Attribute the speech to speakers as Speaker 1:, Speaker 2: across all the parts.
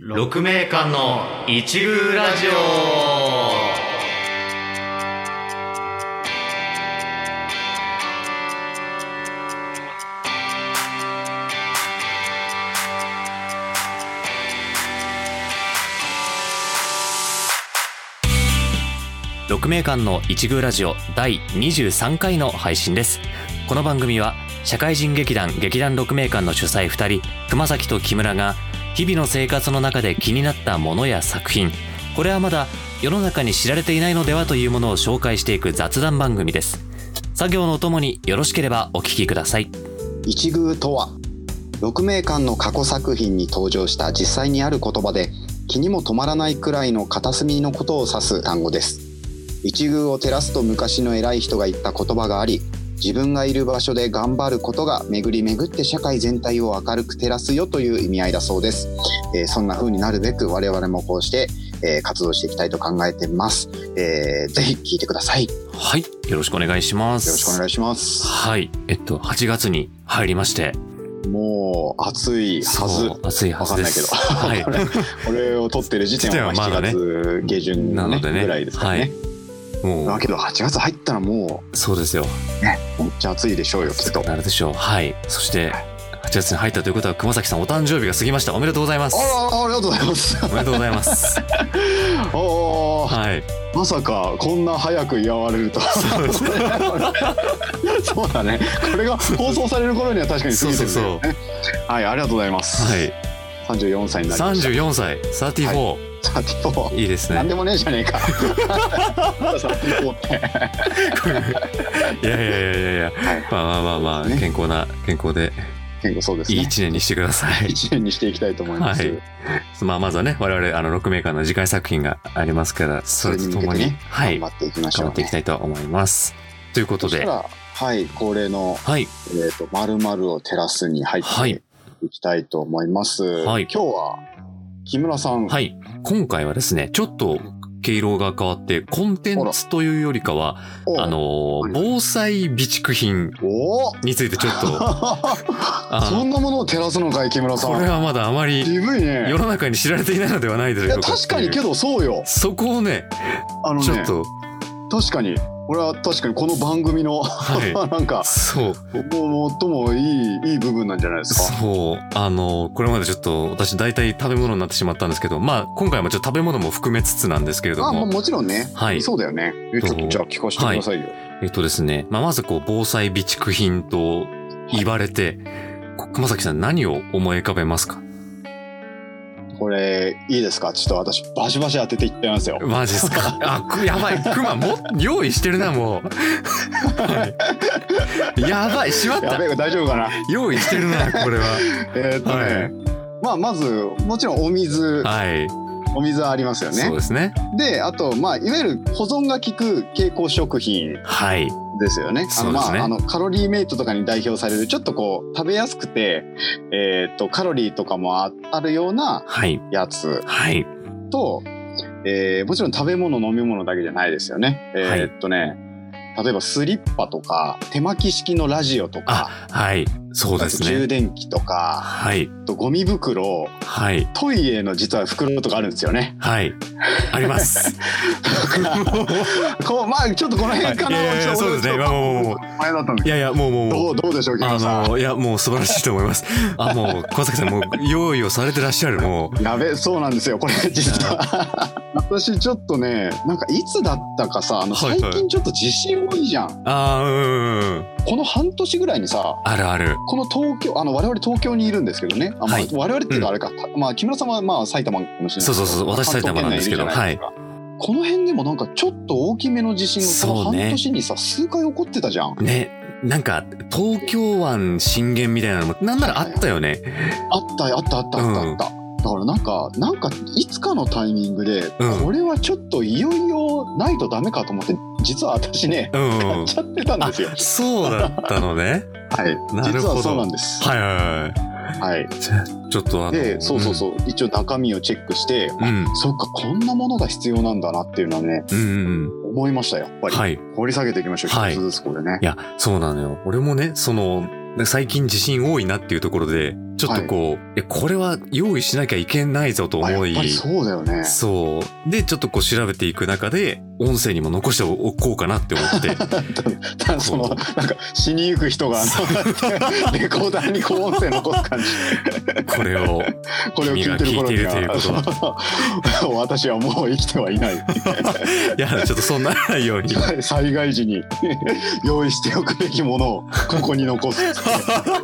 Speaker 1: 6名間の一宮ラジオ6名間の一宮ラジオ第23回の配信ですこの番組は社会人劇団劇団6名間の主催2人熊崎と木村が日々の生活の中で気になったものや作品これはまだ世の中に知られていないのではというものを紹介していく雑談番組です作業のともによろしければお聞きください
Speaker 2: 一宮とは6名間の過去作品に登場した実際にある言葉で気にも止まらないくらいの片隅のことを指す単語です一宮を照らすと昔の偉い人が言った言葉があり自分がいる場所で頑張ることが巡り巡って社会全体を明るく照らすよという意味合いだそうです、えーそんな風になるべく我々もこうして、えー活動していきたいと考えてます、えーぜひ聞いてくださいよ
Speaker 1: はいよろしくお願いします
Speaker 2: ろしくお願いします
Speaker 1: はいえっと8月に入りまして
Speaker 2: もう暑いはず
Speaker 1: そう暑いはずです
Speaker 2: わかんないけど
Speaker 1: はい
Speaker 2: これを撮ってる時点はまあ
Speaker 1: 時点はまだね
Speaker 2: 7月下旬
Speaker 1: な
Speaker 2: の、ね
Speaker 1: のでね
Speaker 2: ぐらいですからね、
Speaker 1: はいも
Speaker 2: だけど8月入ったらも
Speaker 1: うそうですよ
Speaker 2: うめっちゃ暑いでしょうよきっと
Speaker 1: なるでしょうはいそして8月に入ったということは熊崎さんお誕生日が過ぎましたおめでとうございます
Speaker 2: ああありがとうございます
Speaker 1: おめでとうございます
Speaker 2: おー
Speaker 1: はい
Speaker 2: まさかこんな早く祝われると
Speaker 1: そうです ね
Speaker 2: そうだねこれが放送される頃には確かに過ぎてるんだよねはいありがとうございます、
Speaker 1: はい
Speaker 2: 34歳になりました
Speaker 1: 34歳34、
Speaker 2: さても
Speaker 1: い、いです
Speaker 2: なん
Speaker 1: ね
Speaker 2: でもねえじゃねえ かさてもって
Speaker 1: いやいやいやいやいや、
Speaker 2: はい
Speaker 1: まあまあまあまあ、
Speaker 2: ね
Speaker 1: 健康な健康で
Speaker 2: 結構そうです
Speaker 1: いい
Speaker 2: ね
Speaker 1: 一年にしてください
Speaker 2: 一年にしていきたいと思います、
Speaker 1: はいまあまずはね我々あの6名間の次回作品がありますからそれとともに
Speaker 2: それに向けてね
Speaker 1: はい頑
Speaker 2: 頑張っていきましょう、
Speaker 1: 張っていきたいと思いますということ
Speaker 2: そし
Speaker 1: で
Speaker 2: たら、はい、恒例の、
Speaker 1: はい
Speaker 2: えっ、と、〇〇を照らすに入
Speaker 1: は
Speaker 2: っ
Speaker 1: い
Speaker 2: ていきたいと思います。
Speaker 1: はい
Speaker 2: 今日は、木村さん、
Speaker 1: はい。今回はですね、ちょっと毛色が変わって、コンテンツというよりかは、
Speaker 2: お
Speaker 1: あのー、防災備蓄品
Speaker 2: お
Speaker 1: についてちょっ と、あ
Speaker 2: そ
Speaker 1: の
Speaker 2: んなものを照らすのかい、木村さ
Speaker 1: これ
Speaker 2: ん。
Speaker 1: はまだあまり
Speaker 2: 渋いね。
Speaker 1: 世の中に知られていないのではないでし
Speaker 2: い
Speaker 1: ょ
Speaker 2: や
Speaker 1: うか。
Speaker 2: 確かにけ
Speaker 1: ど。
Speaker 2: どそうよ。
Speaker 1: そこをね、
Speaker 2: あの
Speaker 1: ちょっ
Speaker 2: ね、
Speaker 1: と、
Speaker 2: 確かに。俺は確かにこの番組の、
Speaker 1: は
Speaker 2: なんか
Speaker 1: い。、そう、
Speaker 2: もう最もいい、いい部分なんじゃないですか。
Speaker 1: そう、あのー、これまでちょっと私大体食べ物になってしまったんですけど、まあ今回もちょっと食べ物も含めつつなんですけれど
Speaker 2: あ、まあ
Speaker 1: も、
Speaker 2: もちろんね。
Speaker 1: はい。
Speaker 2: そうだよね。えちょっとじゃあ聞かせてくださいよ。
Speaker 1: えっとですね、まあ、まずこう、防災備蓄品と言われて、こ熊崎さん何を思い浮かべますか
Speaker 2: これ、いいですかちょっと私、バシバシ当てていっちゃいますよ。
Speaker 1: マジっすか あ、くやばい、熊も、用意してるな、もう。はいやばい、しまっ
Speaker 2: や
Speaker 1: た
Speaker 2: べ。え大丈夫かな
Speaker 1: 用意してるな、これは。
Speaker 2: えーっとね、まあまずもちろんお水、
Speaker 1: はい。
Speaker 2: お水はありますよ
Speaker 1: そう
Speaker 2: ね。
Speaker 1: ですね。
Speaker 2: で、あとまあいわゆる保存が効く経口食品
Speaker 1: はい。
Speaker 2: ですよね。あ
Speaker 1: そ
Speaker 2: の
Speaker 1: うで
Speaker 2: ます
Speaker 1: ね
Speaker 2: ああのカロリーメイトとかに代表されるちょっとこう食べやすくて、えーっとカロリーとかもああるような
Speaker 1: はい。
Speaker 2: やつ
Speaker 1: はい。
Speaker 2: と、えーもちろん食べ物飲み物だけじゃないですよね。えーっとね、例えばスリッパとか手巻き式のラジオとか。
Speaker 1: あ、はい。そうです
Speaker 2: あと充
Speaker 1: ね。
Speaker 2: 電器とか、
Speaker 1: はい。
Speaker 2: あとゴミ袋、
Speaker 1: はい。
Speaker 2: トイレの実は袋とかあるんですよね。
Speaker 1: はい。あります。
Speaker 2: こうまあちょっとこの辺かな。
Speaker 1: いやいやいや
Speaker 2: ちょ
Speaker 1: そう
Speaker 2: っ
Speaker 1: です
Speaker 2: と
Speaker 1: ね。まあもうもうもう。
Speaker 2: 前だったんで
Speaker 1: い
Speaker 2: すけ
Speaker 1: やいや、もうもうもう
Speaker 2: ど。どうどうでしょう木村さ
Speaker 1: あ
Speaker 2: ん。
Speaker 1: のいやもう素晴らしいと思います。あもう小坂さんもう用意をされてらっしゃるも
Speaker 2: やべそうなんですよこれ実は私ちょっとねなんかいつだったかさあの
Speaker 1: はいは
Speaker 2: 最
Speaker 1: い
Speaker 2: 近ちょっと地震多いじゃん、
Speaker 1: うあーうんうんうん
Speaker 2: この半年ぐらいにさ
Speaker 1: あるある
Speaker 2: この東京あの我々東京にいるんですけどねあ、まあ
Speaker 1: はい
Speaker 2: 我々っていうかあれか、まあ木村さんはまあ埼玉かもしれない
Speaker 1: そうそうそう私埼玉なんですけど
Speaker 2: いこの辺でもなんかちょっと大きめの地震がこの
Speaker 1: そうね
Speaker 2: 半年にさ、数回起こってたじゃん
Speaker 1: ねなんか東京湾震源みたいなのもなんならあったよね。
Speaker 2: あったあったあったあったあった、だからなんかなんかいつかのタイミングで、
Speaker 1: うん
Speaker 2: これはちょっといよいよないとダメかと思って実は私ね
Speaker 1: うん
Speaker 2: 買っちゃってたんですよ、
Speaker 1: そうだったのね。
Speaker 2: はい
Speaker 1: なる
Speaker 2: 実
Speaker 1: ほど
Speaker 2: はそうなんです
Speaker 1: はいはいは
Speaker 2: はい
Speaker 1: いじゃあ。ちょっとあの
Speaker 2: でそうそうそう、一応中身をチェックして、
Speaker 1: うん。うん
Speaker 2: そっかこんなものが必要なんだなっていうのはね
Speaker 1: うんうん
Speaker 2: 思いましたやっぱり、
Speaker 1: はい。
Speaker 2: 掘り下げていきましょう
Speaker 1: はい
Speaker 2: 一つずつこれね、
Speaker 1: いやそうなのよ。俺もねその最近地震多いなっていうところでちょっとこう、えこれは用意しなきゃいけないぞと思
Speaker 2: あやっ
Speaker 1: い
Speaker 2: ぱりそうだ よね。
Speaker 1: そうでちょっとこう調べていく中で音声にも残しておこうかなって思 って
Speaker 2: ただそのなんか死にゆく人があの レコーダーにこう音声残す感じ。
Speaker 1: これを
Speaker 2: これを聞いてる頃に
Speaker 1: 君が聞いてると
Speaker 2: は私はもう生きてはいない
Speaker 1: いやちょっとそんならないように
Speaker 2: 災害時に 用意しておくべきものをここに残す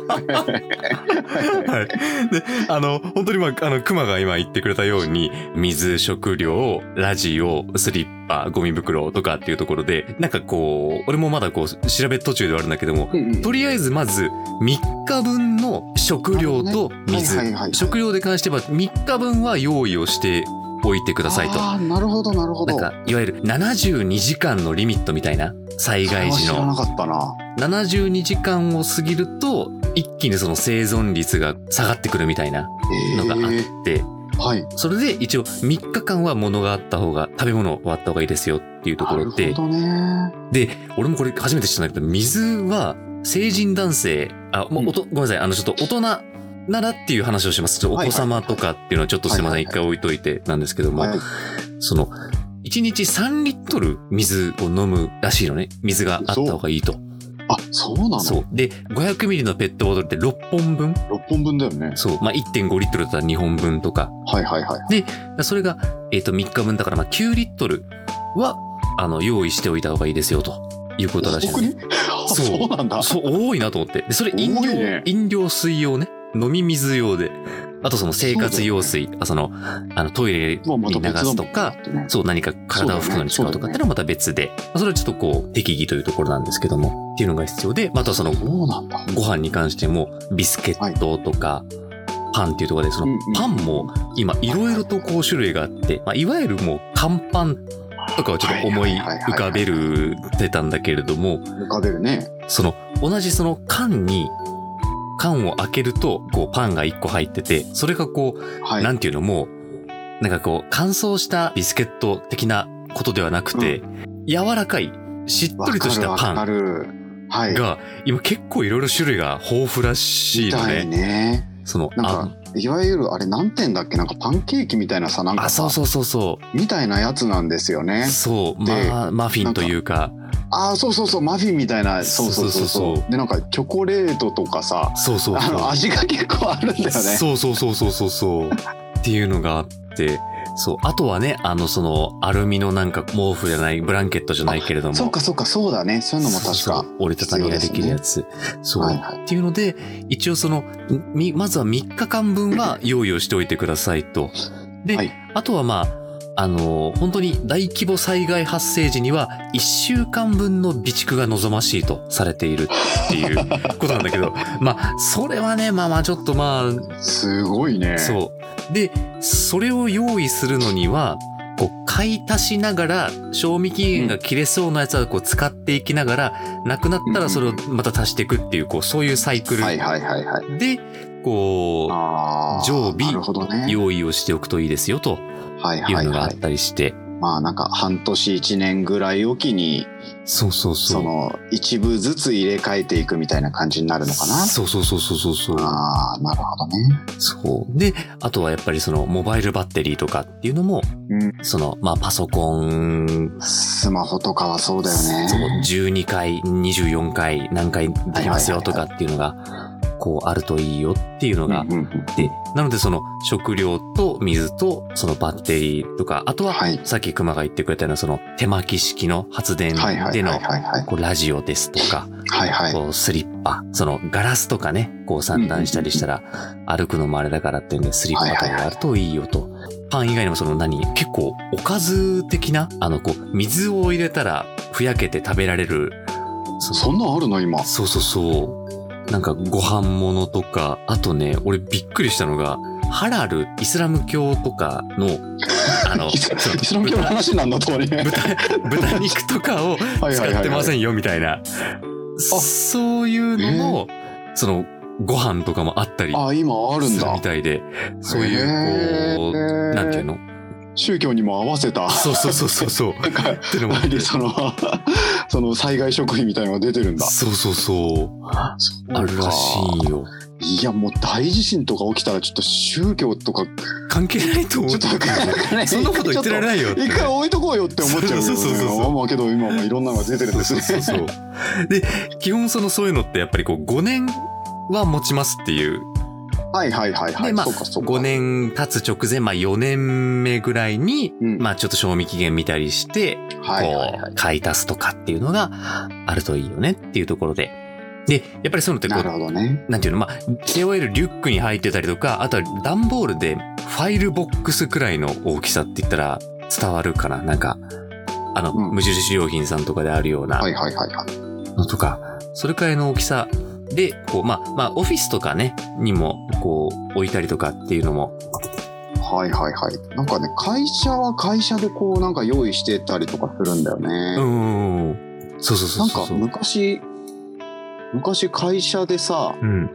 Speaker 1: はい、であの本当にまああの熊が今言ってくれたように水食料ラジオスリッパゴミ袋とかっていうところでなんかこう俺もまだこう調べ途中ではあるんだけども
Speaker 2: うんうん
Speaker 1: とりあえずまず3日分の食料と水、
Speaker 2: はいはいはい
Speaker 1: 食料で関しては3日分は用意をしておいてくださいと
Speaker 2: あーなるほどなるほ
Speaker 1: な
Speaker 2: ど
Speaker 1: んかいわゆる72時間のリミットみたいな災害時
Speaker 2: それは知
Speaker 1: の
Speaker 2: らなかったな
Speaker 1: 72時間を過ぎると一気にその生存率が下がってくるみたいなのがあっ
Speaker 2: え
Speaker 1: て、
Speaker 2: ー、はい
Speaker 1: それで一応3日間は物があった方が食べ物はあった方がいいですよっていうところ
Speaker 2: な
Speaker 1: で
Speaker 2: るほどね
Speaker 1: で俺もこれ初めて知ったんだけど水は成人男性あもうおと、ごめんなさいあのちょっと大人ならっていう話をしますちょっとお子様とかっていうのはちょっとすいません
Speaker 2: はい
Speaker 1: 一
Speaker 2: はい
Speaker 1: 回置いといてなんですけども、
Speaker 2: はい
Speaker 1: その、1日3リットル水を飲むらしいのね。水があった方がいいと。
Speaker 2: あそうなの
Speaker 1: そう。で、500ミリのペットボトルって6本分
Speaker 2: 6本分だよね
Speaker 1: そう。まあ、1.5リットルだったら2本分とか。
Speaker 2: はいはいはい
Speaker 1: それが、えっ、と、3日分だから、まあ、9リットルは、あの、用意しておいた方がいいですよ、ということらしいの
Speaker 2: 特
Speaker 1: ね、
Speaker 2: にあ
Speaker 1: そう
Speaker 2: そうなんだ
Speaker 1: そう、多いなと思って。で、それ飲
Speaker 2: 多
Speaker 1: 料、
Speaker 2: いね
Speaker 1: 飲料水用ね。飲み水用で。あとその生活用水、あその、あの、トイレに
Speaker 2: まあまた
Speaker 1: 流
Speaker 2: 別の
Speaker 1: すとか、そう、何か体を拭くのに使うとかっていうのはまた別で、まあそれはちょっとこう、適宜というところなんですけども、っていうのが必要で、またその、
Speaker 2: そうなんだ
Speaker 1: ご飯に関しても、ビスケットとか、パンっていうところで、その、パンも今、いろいろとこう、種類があって、まあ、いわゆるもう、乾パンとかをちょっと思い浮かべるてたんだけれども、
Speaker 2: 浮かべるね
Speaker 1: その、同じその缶に、缶を開けると、こう、パンが1個入ってて、それがこう、
Speaker 2: はい
Speaker 1: なんていうのもう、なんかこう、乾燥したビスケット的なことではなくて、柔らかい、しっとりとした
Speaker 2: わ
Speaker 1: パ
Speaker 2: か
Speaker 1: ン
Speaker 2: るわかるはい
Speaker 1: が、今結構いろいろ種類が豊富らしい
Speaker 2: み
Speaker 1: の
Speaker 2: たい
Speaker 1: ね。
Speaker 2: ね
Speaker 1: その、
Speaker 2: なんかいわゆるあれ何点だっけなんかパンケーキみたいなさなん
Speaker 1: あ、
Speaker 2: か
Speaker 1: あ、
Speaker 2: さ
Speaker 1: そうそうそうそ
Speaker 2: みたいなやつなんですよ
Speaker 1: う。
Speaker 2: ね
Speaker 1: そう、
Speaker 2: で
Speaker 1: まあ、マフィンというか、
Speaker 2: ああそうそうそうマフィンみたいなそうそうそ
Speaker 1: そ
Speaker 2: うそう
Speaker 1: そう
Speaker 2: う
Speaker 1: そう
Speaker 2: でなんかチョコレートとかさ
Speaker 1: そうそう
Speaker 2: あ
Speaker 1: そう。
Speaker 2: の味が結構あるんだよね
Speaker 1: そうそうそうそうそうそう。っていうのがあって、そう。あとはね、あの、その、アルミのなんか毛布じゃない、ブランケットじゃないけれども。
Speaker 2: そうかそうかそうだねそういうのも確
Speaker 1: そう
Speaker 2: か
Speaker 1: そう折りたたみができるやつ。そう、
Speaker 2: はいはい
Speaker 1: っていうので、一応その、み、まずは3日間分は用意をしておいてくださいと。で、
Speaker 2: はい
Speaker 1: あとはまあ、あの本当に大規模災害発生時には1週間分の備蓄が望ましいとされているっていうことなんだけど、 まあ、それはね、まあまあちょっとまあ、
Speaker 2: すごいね
Speaker 1: そう。で、それを用意するのには、こう、買い足しながら、賞味期限が切れそうなやつはこう使っていきながら、なくなったらそれをまた足していくっていう、こう、そういうサイクル
Speaker 2: はいはいはいはい
Speaker 1: で、こう、
Speaker 2: あー
Speaker 1: 常備
Speaker 2: なるほどね
Speaker 1: 用意をしておくといいですよと
Speaker 2: はい
Speaker 1: い
Speaker 2: は
Speaker 1: う
Speaker 2: い
Speaker 1: のがあ
Speaker 2: は
Speaker 1: っ
Speaker 2: い
Speaker 1: たりして。
Speaker 2: まあなんか半年一年ぐらいおきに
Speaker 1: そうそうそう。
Speaker 2: その一部ずつ入れ替えていくみたいな感じになるのかな
Speaker 1: そうそうそうそうそうそう。
Speaker 2: ああなるほどね
Speaker 1: そう。で、あとはやっぱりその、モバイルバッテリーとかっていうのも、
Speaker 2: うん
Speaker 1: その、まあ、パソコン
Speaker 2: スマホとかはそうだよね。
Speaker 1: そう12回24回何回できますよとかっていうのがこうあるといいよっていうのがあ
Speaker 2: うんうんうん
Speaker 1: ってなのでその食料と水とそのバッテリーとかあとは
Speaker 2: はい。
Speaker 1: さっき熊が言ってくれたようなその手巻き式の発電
Speaker 2: はいはいはい
Speaker 1: で
Speaker 2: はい
Speaker 1: の
Speaker 2: はい。
Speaker 1: こうラジオですとか
Speaker 2: はいはい。
Speaker 1: こうスリッパそのガラスとかねこう散乱したりしたら歩くのもあれだからってんでスリッパとかがあるといいよと。パン以外にもその何結構おかず的なあのこう水を入れたらふやけて食べられるその
Speaker 2: そんなんあるの今。
Speaker 1: そうそうそう。なんかご飯物とか、あとね、俺びっくりしたのが、ハラル、イスラム教とかの、あの、
Speaker 2: イス
Speaker 1: その
Speaker 2: イスラム教の話になんだ通りね。
Speaker 1: 豚豚肉とかを
Speaker 2: はいはいはい
Speaker 1: 使
Speaker 2: はい
Speaker 1: ってませんよみたいな、そういうのも、その、ご飯とかもあったり
Speaker 2: あ、今あるん
Speaker 1: する
Speaker 2: だ
Speaker 1: み。たいで、そういう、こう、なんていう
Speaker 2: の
Speaker 1: の
Speaker 2: 宗教にも合わせた。
Speaker 1: そうそうそうそうそう。
Speaker 2: なんか、
Speaker 1: ってのもあって
Speaker 2: でその、 その災害食品みたいのが出てるんだ。
Speaker 1: そうそうそう。あるらしいよ。
Speaker 2: いいやもう大地震とか起きたらちょっと宗教とか
Speaker 1: 関係ないと思
Speaker 2: ちょ
Speaker 1: う
Speaker 2: っとわからない
Speaker 1: そんなこと言ってら れないよ
Speaker 2: 一回置いとこうよって思っちゃうよね
Speaker 1: そうそうそうそう
Speaker 2: まあけど今もいろんなのが出てるんですね
Speaker 1: そうそうそうそうで基本そのそういうのってやっぱりこう5年は持ちますっていう
Speaker 2: はいはいはいは
Speaker 1: で
Speaker 2: い、
Speaker 1: まあ
Speaker 2: そうかそうか
Speaker 1: 5年経つ直前まあ4年目ぐらいに、
Speaker 2: うん
Speaker 1: まあちょっと賞味期限見たりして
Speaker 2: はいはいは
Speaker 1: こ
Speaker 2: いう
Speaker 1: 買い足すとかっていうのがあるといいよねっていうところででやっぱりそういうのってこ
Speaker 2: な
Speaker 1: う
Speaker 2: るほどね
Speaker 1: なんていうのまあ KOL リュックに入ってたりとかあとは段ボールでファイルボックスくらいの大きさって言ったら伝わるかななんかあの、
Speaker 2: うん
Speaker 1: 無印良品さんとかであるような
Speaker 2: はいはいはいはい
Speaker 1: のとかそれくらいの大きさでこうまあまあオフィスとかねにもこう置いたりとかっていうのも
Speaker 2: はいはいはいなんかね会社は会社でこうなんか用意してたりとかするんだよね、
Speaker 1: うんうんうんそうそうそ
Speaker 2: な
Speaker 1: うんそう
Speaker 2: か
Speaker 1: そう
Speaker 2: 昔昔会社でさ
Speaker 1: うん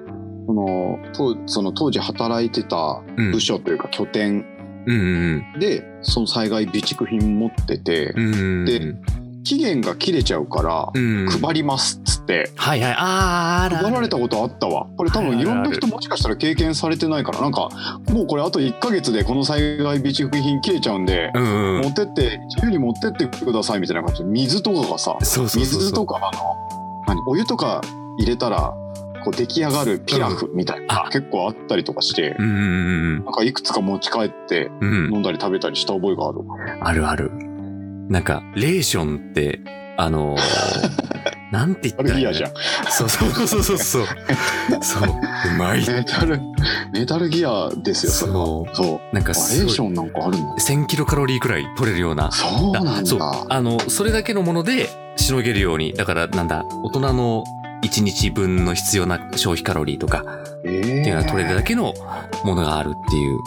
Speaker 2: その当その当時働いてた
Speaker 1: うん
Speaker 2: 部署というか拠点
Speaker 1: うんうん
Speaker 2: でその災害備蓄品持ってて
Speaker 1: うんうん
Speaker 2: で
Speaker 1: うん
Speaker 2: 期限が切れちゃうから
Speaker 1: うん
Speaker 2: 配りますっつって
Speaker 1: はいはいあーあるある
Speaker 2: 配られたことあったわこれ多
Speaker 1: あるあ
Speaker 2: 分
Speaker 1: る
Speaker 2: いろんな人もしかしたら経験されてないからなんかもうこれあと1ヶ月でこの災害備蓄品切れちゃうんで
Speaker 1: うんうんう
Speaker 2: 持
Speaker 1: ん
Speaker 2: ってって自由に持ってってくださいみたいな感じで水とかがさ
Speaker 1: そうそうそう
Speaker 2: 水
Speaker 1: そ
Speaker 2: と
Speaker 1: う
Speaker 2: かあの何お湯とか入れたらこう出来上がるピラフみたいな、
Speaker 1: あ
Speaker 2: 結構あったりとかして、
Speaker 1: うんうん
Speaker 2: なんかいくつか持ち帰って
Speaker 1: うんうんうん
Speaker 2: 飲んだり食べたりした覚えがある、
Speaker 1: あるある。なんか、レーションって、あの ーなんて言った
Speaker 2: あ
Speaker 1: らいい
Speaker 2: れギ
Speaker 1: の
Speaker 2: アじゃん
Speaker 1: そうそうそうそうそう。そう。うまい。
Speaker 2: メタルメタルギアですよそれは
Speaker 1: そ
Speaker 2: そう
Speaker 1: う。なん
Speaker 2: バ
Speaker 1: か
Speaker 2: レ
Speaker 1: す
Speaker 2: ー
Speaker 1: ごい
Speaker 2: シ、ョンなんかあるんだ
Speaker 1: 1000キロカロリーくらい取れるような。
Speaker 2: そう
Speaker 1: だ
Speaker 2: なんだ
Speaker 1: そう。あの、それだけのもので、しのげるように。だから、なんだ、大人の1日分の必要な消費カロリーとか
Speaker 2: え
Speaker 1: っていうのは取れるだ
Speaker 2: け
Speaker 1: けのものがあるっていう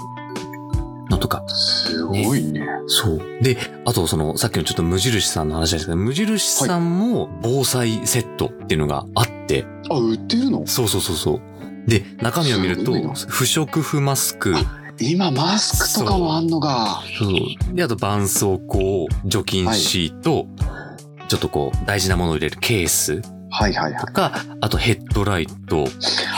Speaker 1: のとか。
Speaker 2: すごいね
Speaker 1: そう。で、あとその、さっきのちょっと無印さんの話ですけど、無印さんも防災セットっていうのがあって、
Speaker 2: あ売ってるの
Speaker 1: そうそうそうそう。で、中身を見る
Speaker 2: すご
Speaker 1: と
Speaker 2: いな、
Speaker 1: 不織布マスク、
Speaker 2: 今マスクとかもあんのが
Speaker 1: そう。で、あと絆創膏、除菌シート、ちょっとこう、大事なものを入れるケース
Speaker 2: はいはいはい
Speaker 1: とか、あとヘッドライト、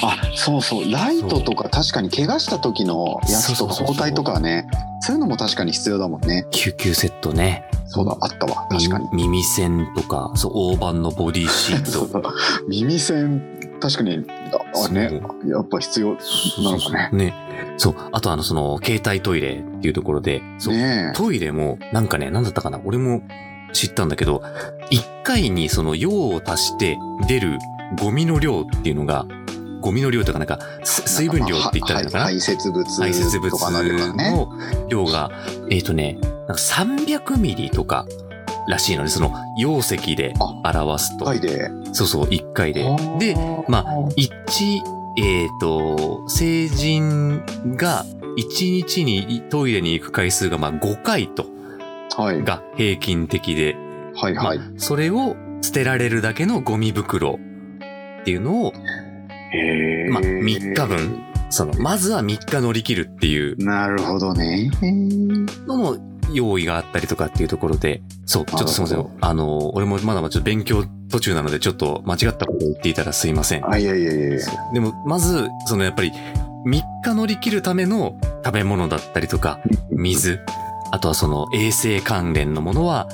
Speaker 2: あそうそうライトとか確かに怪我した時のやつ
Speaker 1: そうそう
Speaker 2: とか
Speaker 1: そうそう
Speaker 2: 包帯とかはねそういうのも確かに必要だもんね
Speaker 1: 救急セットね。
Speaker 2: そうだあったわ確かに
Speaker 1: 耳耳栓とか、そう、大判のボディシー
Speaker 2: そ
Speaker 1: ト
Speaker 2: う。だ耳栓確かにああねやっぱ必要なのかね
Speaker 1: ね。そう。あとあの、その、携帯トイレっていうところで、そう。
Speaker 2: ねえ
Speaker 1: トイレも、なんかね、なんだったかな俺も知ったんだけど、一回にその用を足して出るゴミの量っていうのが、ゴミの量というかなんか、す水分量って言ったらいいのかな
Speaker 2: は排泄
Speaker 1: 排泄
Speaker 2: 物
Speaker 1: 物
Speaker 2: とかなるからね
Speaker 1: の量が、えっ、とね、なんか300ミリとか、らしいので、その、容積で表すと。
Speaker 2: はいで
Speaker 1: そうそう、1回で。で、まあ、一、えっ、と、成人が1日にトイレに行く回数がまあ5回と、
Speaker 2: はい
Speaker 1: が平均的で、
Speaker 2: はいはい、
Speaker 1: それを捨てられるだけのゴミ袋っていうのを、
Speaker 2: へえ
Speaker 1: まあ3日分その、まずは3日乗り切るっていう
Speaker 2: なるほどね
Speaker 1: のも用意があったりとかっていうところで、そう、ちょっとすいませ
Speaker 2: なる
Speaker 1: ん。あの、俺もまだまだちょっと勉強途中なので、ちょっと間違ったことを言っていたらすいません。
Speaker 2: あいやいやいやいや
Speaker 1: でも、まず、そのやっぱり、3日乗り切るための食べ物だったりとか、水、あとはその衛生関連のものは、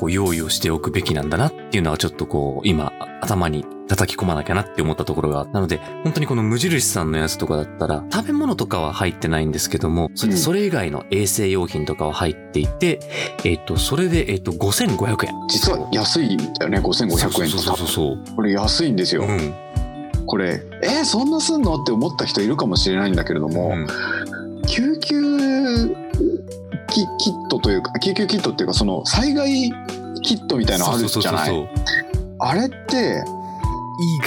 Speaker 1: こう用意をしておくべきなんだなっていうのはちょっとこう、今、頭に叩き込まなきゃなって思ったところが、なので、本当にこの無印さんのやつとかだったら、食べ物とかは入ってないんですけども、それ
Speaker 2: うん
Speaker 1: それ以外の衛生用品とかは入っていて、えっと、それで、えっと、5500円。
Speaker 2: 実は安いんだよね5500円
Speaker 1: そう
Speaker 2: と
Speaker 1: そう
Speaker 2: か
Speaker 1: そうそう。
Speaker 2: これ安いんですよ、
Speaker 1: うん。
Speaker 2: これえーそんなすんのって思った人いるかもしれないんだけれど
Speaker 1: う
Speaker 2: も、
Speaker 1: ん
Speaker 2: 救急キキットというか救急キットっていうかその災害キットみたいなのあるじゃな
Speaker 1: そう
Speaker 2: い
Speaker 1: そうそう
Speaker 2: あれって
Speaker 1: そう。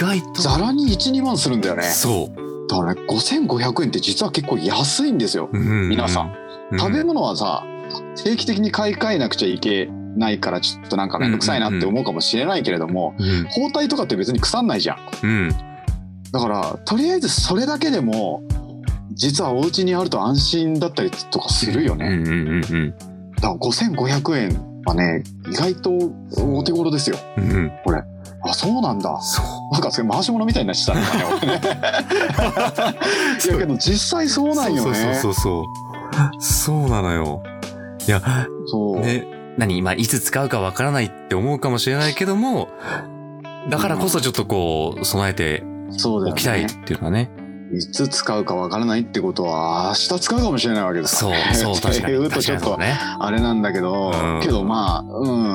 Speaker 1: 意外と。
Speaker 2: ざらに12万するんだよね
Speaker 1: そう。
Speaker 2: だからね5500円って実は結構安いんですよ皆
Speaker 1: 皆
Speaker 2: さ
Speaker 1: ん、
Speaker 2: 食べ
Speaker 1: うん
Speaker 2: 物はさ定期的に買い替えなくちゃいけないからちょっとなんかめんどくさいなって思うかもしれないけれども、
Speaker 1: うん
Speaker 2: 包帯とかって別に腐んないじゃん
Speaker 1: うん
Speaker 2: だからとりあえずそれだけでも実はお家にあると安心だったりとかするよね、
Speaker 1: うんうんうんうん
Speaker 2: だから5500円まあね、意外とお手頃ですよ。
Speaker 1: うん。
Speaker 2: あ、そうなんだ。
Speaker 1: そう。
Speaker 2: なんかそれ回し物みたいなしてたの かね俺ね。いやけど実際そうなんよね。
Speaker 1: そうそうそうそう。そうなのよ。いや、
Speaker 2: そう
Speaker 1: ね、何今いつ使うかわからないって思うかもしれないけども、だからこそちょっとこう、備えて
Speaker 2: そうだ
Speaker 1: お
Speaker 2: よ
Speaker 1: きたい
Speaker 2: ね
Speaker 1: っ。ていうのはね。
Speaker 2: いつ使うかわからないってことは明日使うかもしれないわけです
Speaker 1: そ
Speaker 2: よ
Speaker 1: う、そう、確か
Speaker 2: ってい
Speaker 1: に。
Speaker 2: うと
Speaker 1: 確
Speaker 2: ち
Speaker 1: か
Speaker 2: ょ
Speaker 1: に
Speaker 2: っ
Speaker 1: そう
Speaker 2: と
Speaker 1: ね。
Speaker 2: あれなんだけど、
Speaker 1: うん
Speaker 2: けどまあ、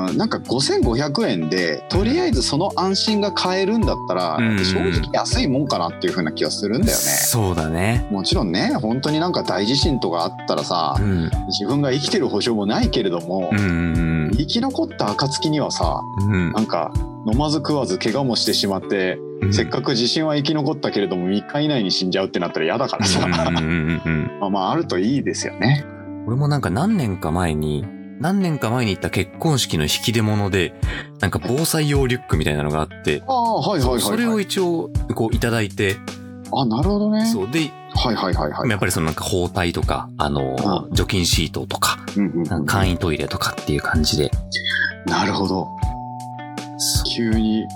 Speaker 2: うん、なんか5500円でとりあえずその安心が買えるんだったら、
Speaker 1: うん
Speaker 2: 正直安いもんかなっていうふうな気がするんだよね。
Speaker 1: そうだね。
Speaker 2: もちろんね本当になんか大地震とかあったらさ
Speaker 1: うん。
Speaker 2: 自分が生きてる保証もないけれども
Speaker 1: う、ん。
Speaker 2: 生き残った暁にはさ
Speaker 1: うん。
Speaker 2: なんか飲まず食わず怪我もしてしまって、
Speaker 1: うん。
Speaker 2: せっかく地震は生き残ったけれども3日以内に死んじゃうってなったら嫌だからさ、
Speaker 1: うんうんうんうんうん。
Speaker 2: まあまああるといいですよね。
Speaker 1: 俺もなんか何年か前に、何年か前に行った結婚式の引き出物で、なんか防災用リュックみたいなのがあって、
Speaker 2: ああはいはいはい、はい、
Speaker 1: それを一応、こういただいて、
Speaker 2: あなるほどね。
Speaker 1: そう。で、
Speaker 2: はいはいはいはい。
Speaker 1: やっぱりそのなんか包帯とか、あのー、
Speaker 2: う
Speaker 1: 除菌シートとか、
Speaker 2: うんうんうん
Speaker 1: なんか簡易トイレとかっていう感じで。
Speaker 2: なるほど。
Speaker 1: そ
Speaker 2: 急に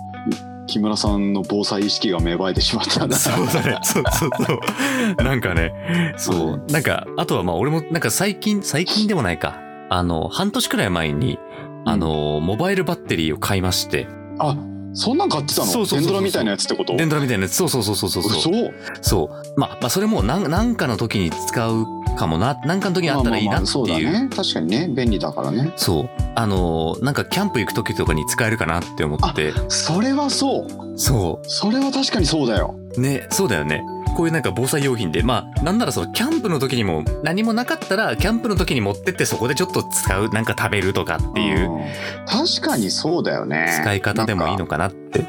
Speaker 2: 木村さんの防災意識が芽生えてしまったんだ。
Speaker 1: そう だね。そうそうそう。なんかね、そう。なんか、あとはまあ俺も、なんか最近、最近でもないか。あの、半年くらい前に、あのー、モバイルバッテリーを買いまして、
Speaker 2: あそんなん買ってたの
Speaker 1: そうそうそうそう
Speaker 2: デンドラみたいなやつってこと
Speaker 1: 電ドラみたいなやつ、そうそうそうそうそう。
Speaker 2: 嘘
Speaker 1: そう。まあ、まあ、それも何、なんかの時に使うかもな、なんかの時にあったらいいなっていう。
Speaker 2: そうだね。確かにね便利だからね。
Speaker 1: そう。あのー、なんかキャンプ行く時とかに使えるかなって思って。
Speaker 2: それはそう。
Speaker 1: そ
Speaker 2: それは確かにそうだよ。
Speaker 1: う。ね、そうだよね。こういうなんか防災用品で、まあ、なんならそのキャンプの時にも何もなかったら、キャンプの時に持ってってそこでちょっと使う、なんか食べるとかっていうん
Speaker 2: 確かにそうだよね。
Speaker 1: 使い方でもいい
Speaker 2: なん
Speaker 1: のか
Speaker 2: か
Speaker 1: なって。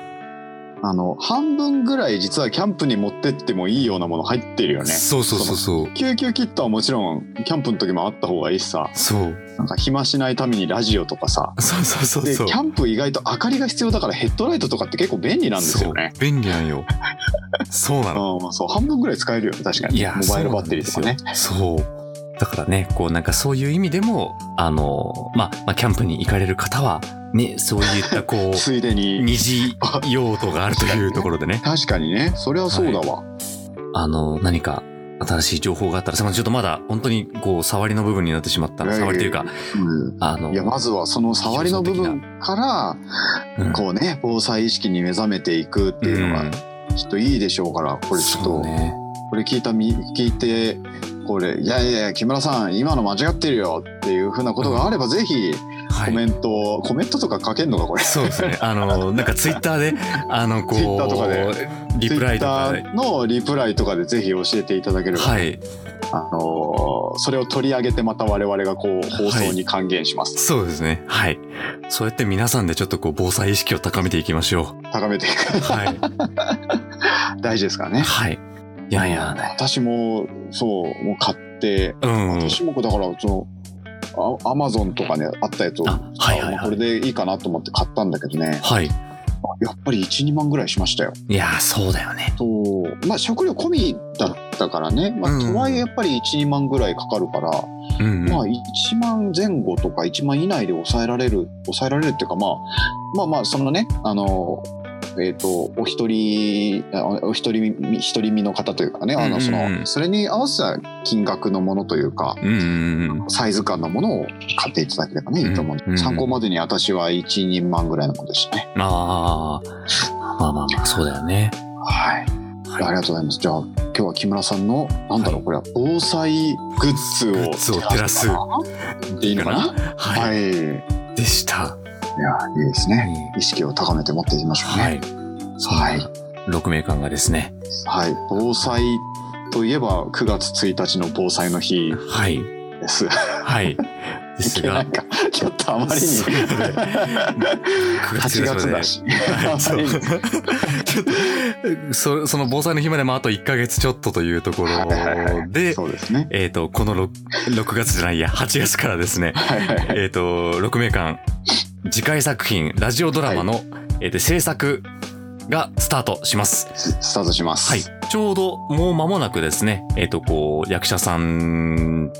Speaker 2: あの半分ぐらい実はキャンプに持ってってもいいようなもの入ってるよね。
Speaker 1: そうそうそうそう。
Speaker 2: 救急キットはもちろんキャンプの時もあった方がいいしさ
Speaker 1: そう。
Speaker 2: なんか暇しないためにラジオとかさ
Speaker 1: そうそうそう
Speaker 2: で
Speaker 1: そう。
Speaker 2: キャンプ意外と明かりが必要だからヘッドライトとかって結構便利なんですよね。
Speaker 1: そう。便利なんよ。そうなの。
Speaker 2: うん、そう半分ぐらい使えるよね確かに
Speaker 1: いや
Speaker 2: モバイルバッテリーとかね。
Speaker 1: そうなんですよそうだからねこうなんかそういう意味でもあの、まあ、まあキャンプに行かれる方はねそういったこう
Speaker 2: ついでに
Speaker 1: 二次用途があるというところで ね
Speaker 2: 確かにねそれはそうだわ、
Speaker 1: あの何か新しい情報があったらすいませんちょっとまだ本当にこう触りの部分になってしまった
Speaker 2: いやいや
Speaker 1: 触りというか
Speaker 2: う
Speaker 1: あの
Speaker 2: ん、いやまずはその触りの部分か
Speaker 1: うん
Speaker 2: らこうね防災意識に目覚めていくっていうの
Speaker 1: うん
Speaker 2: がきっといいでしょうからこれちょっ
Speaker 1: そ
Speaker 2: と
Speaker 1: うね
Speaker 2: これ聞いたみ聞いてこれ「いやいやいや木村さん今の間違ってるよ」っていうふうなことがあれば、ぜひ
Speaker 1: は
Speaker 2: コ
Speaker 1: い
Speaker 2: メントを、コメントとか書けんのかこれ。
Speaker 1: そうですねあのなんかツイッターであのこ
Speaker 2: Twitter とかで
Speaker 1: うリプライとかで
Speaker 2: Twitter のリプライとかでぜひ教えていただければ、
Speaker 1: はい
Speaker 2: あのーそれを取り上げてまた我々がこう放送に還元します、
Speaker 1: そうですねはいそうやって皆さんでちょっとこう防災意識を高めていきましょ
Speaker 2: 高めていく
Speaker 1: うはい
Speaker 2: 大事ですからね
Speaker 1: はい。いやいや、
Speaker 2: 私もそうもう買って、
Speaker 1: うんうん。
Speaker 2: 私もだからそのアマゾンとかねあったやつを
Speaker 1: あ、はいはい
Speaker 2: あ
Speaker 1: は
Speaker 2: これ
Speaker 1: い。
Speaker 2: でいいかなと思って買ったんだけどね
Speaker 1: はい。
Speaker 2: やっぱり12万ぐらいしましたよ
Speaker 1: いやー、そうだよね。
Speaker 2: そうまあ食料込みだったからね、まあ
Speaker 1: うん
Speaker 2: とはいえやっぱり12万ぐらいかかるから、
Speaker 1: うん、うん。
Speaker 2: まあ1万前後とか1万以内で抑えられる抑えられるっていうかまあまあまあそのねあのえー、とお一人あお一人身一人身の方というかねあのそ
Speaker 1: うんうんう
Speaker 2: の
Speaker 1: ん
Speaker 2: それに合わせた金額のものというか
Speaker 1: うんうんうん。
Speaker 2: サイズ感のものを買っていただければねいいと思う、
Speaker 1: うんうん
Speaker 2: 参考までに私は1人万ぐらいのものでしたね
Speaker 1: あーまあまあまあ、そうだよね。
Speaker 2: はい
Speaker 1: はい
Speaker 2: ありがとうございます。じゃあ今日は木村さんのなんだろう、これは防災グッズを
Speaker 1: グッズを照らす
Speaker 2: でいいのかな。
Speaker 1: は。
Speaker 2: はいい。いやい
Speaker 1: でした。
Speaker 2: いですね。意識を高めて持っていきましょうね。
Speaker 1: はい。
Speaker 2: はい。
Speaker 1: 6名間がですね。
Speaker 2: はい。防災といえば9月1日の防災の日
Speaker 1: はい。
Speaker 2: です。
Speaker 1: はい。で
Speaker 2: い
Speaker 1: す
Speaker 2: けな
Speaker 1: が
Speaker 2: い、かちょっとあまりに
Speaker 1: そういうことで
Speaker 2: 8
Speaker 1: 9
Speaker 2: 月だし。あま
Speaker 1: そ
Speaker 2: り
Speaker 1: う
Speaker 2: に
Speaker 1: ちょっとそその防災の日までもあと1ヶ月ちょっとというところ
Speaker 2: はいはいはい
Speaker 1: で、
Speaker 2: そうですね。
Speaker 1: えっ、と、この 6, 6月じゃないや、8月からですね、
Speaker 2: はいはいはい。
Speaker 1: えっ、と、6名間、次回作品、ラジオドラマの、えーと制作がスタートします。
Speaker 2: ススタートします。
Speaker 1: はい。ちょうどもう間もなくですね、えっ、と、こう、役者さん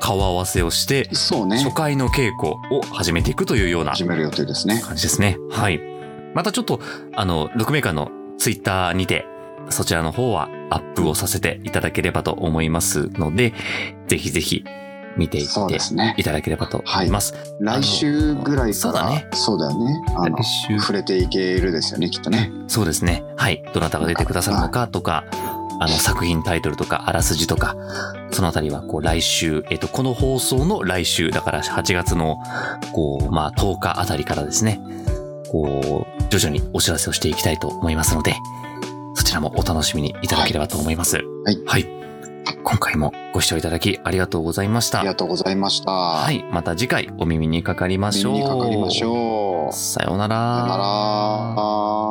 Speaker 1: 顔合わせをして、
Speaker 2: そうね
Speaker 1: 初回の稽古を始めていくというような
Speaker 2: 始める予定ですね
Speaker 1: 感じですね。はい。またちょっと、あの、6名間のツイッターにて、そちらの方はアップをさせていただければと思いますので、ぜひぜひ見ていっ
Speaker 2: そう
Speaker 1: て
Speaker 2: ですね
Speaker 1: いただければと思います。
Speaker 2: 来週ぐらい
Speaker 1: そ
Speaker 2: から
Speaker 1: うだね
Speaker 2: そうだよねあの
Speaker 1: 来週
Speaker 2: 触れていけるですよねきっとね。
Speaker 1: そうですね。はい。どなたが出てくださるのかとか、あの、作品タイトルとか、あらすじとか、そのあたりは、こう、来週、えっと、この放送の来週、だから8月の、こう、まあ、10日あたりからですね、こう、徐々にお知らせをしていきたいと思いますので、そちらもお楽しみにいただければと思います。はいはい。今回もご視聴いただきありがとうございまし
Speaker 2: あ
Speaker 1: た
Speaker 2: り。がとうございました
Speaker 1: はいい。また次回お耳にかかりましょう。
Speaker 2: にかかりましょう
Speaker 1: さようなら。
Speaker 2: さよなら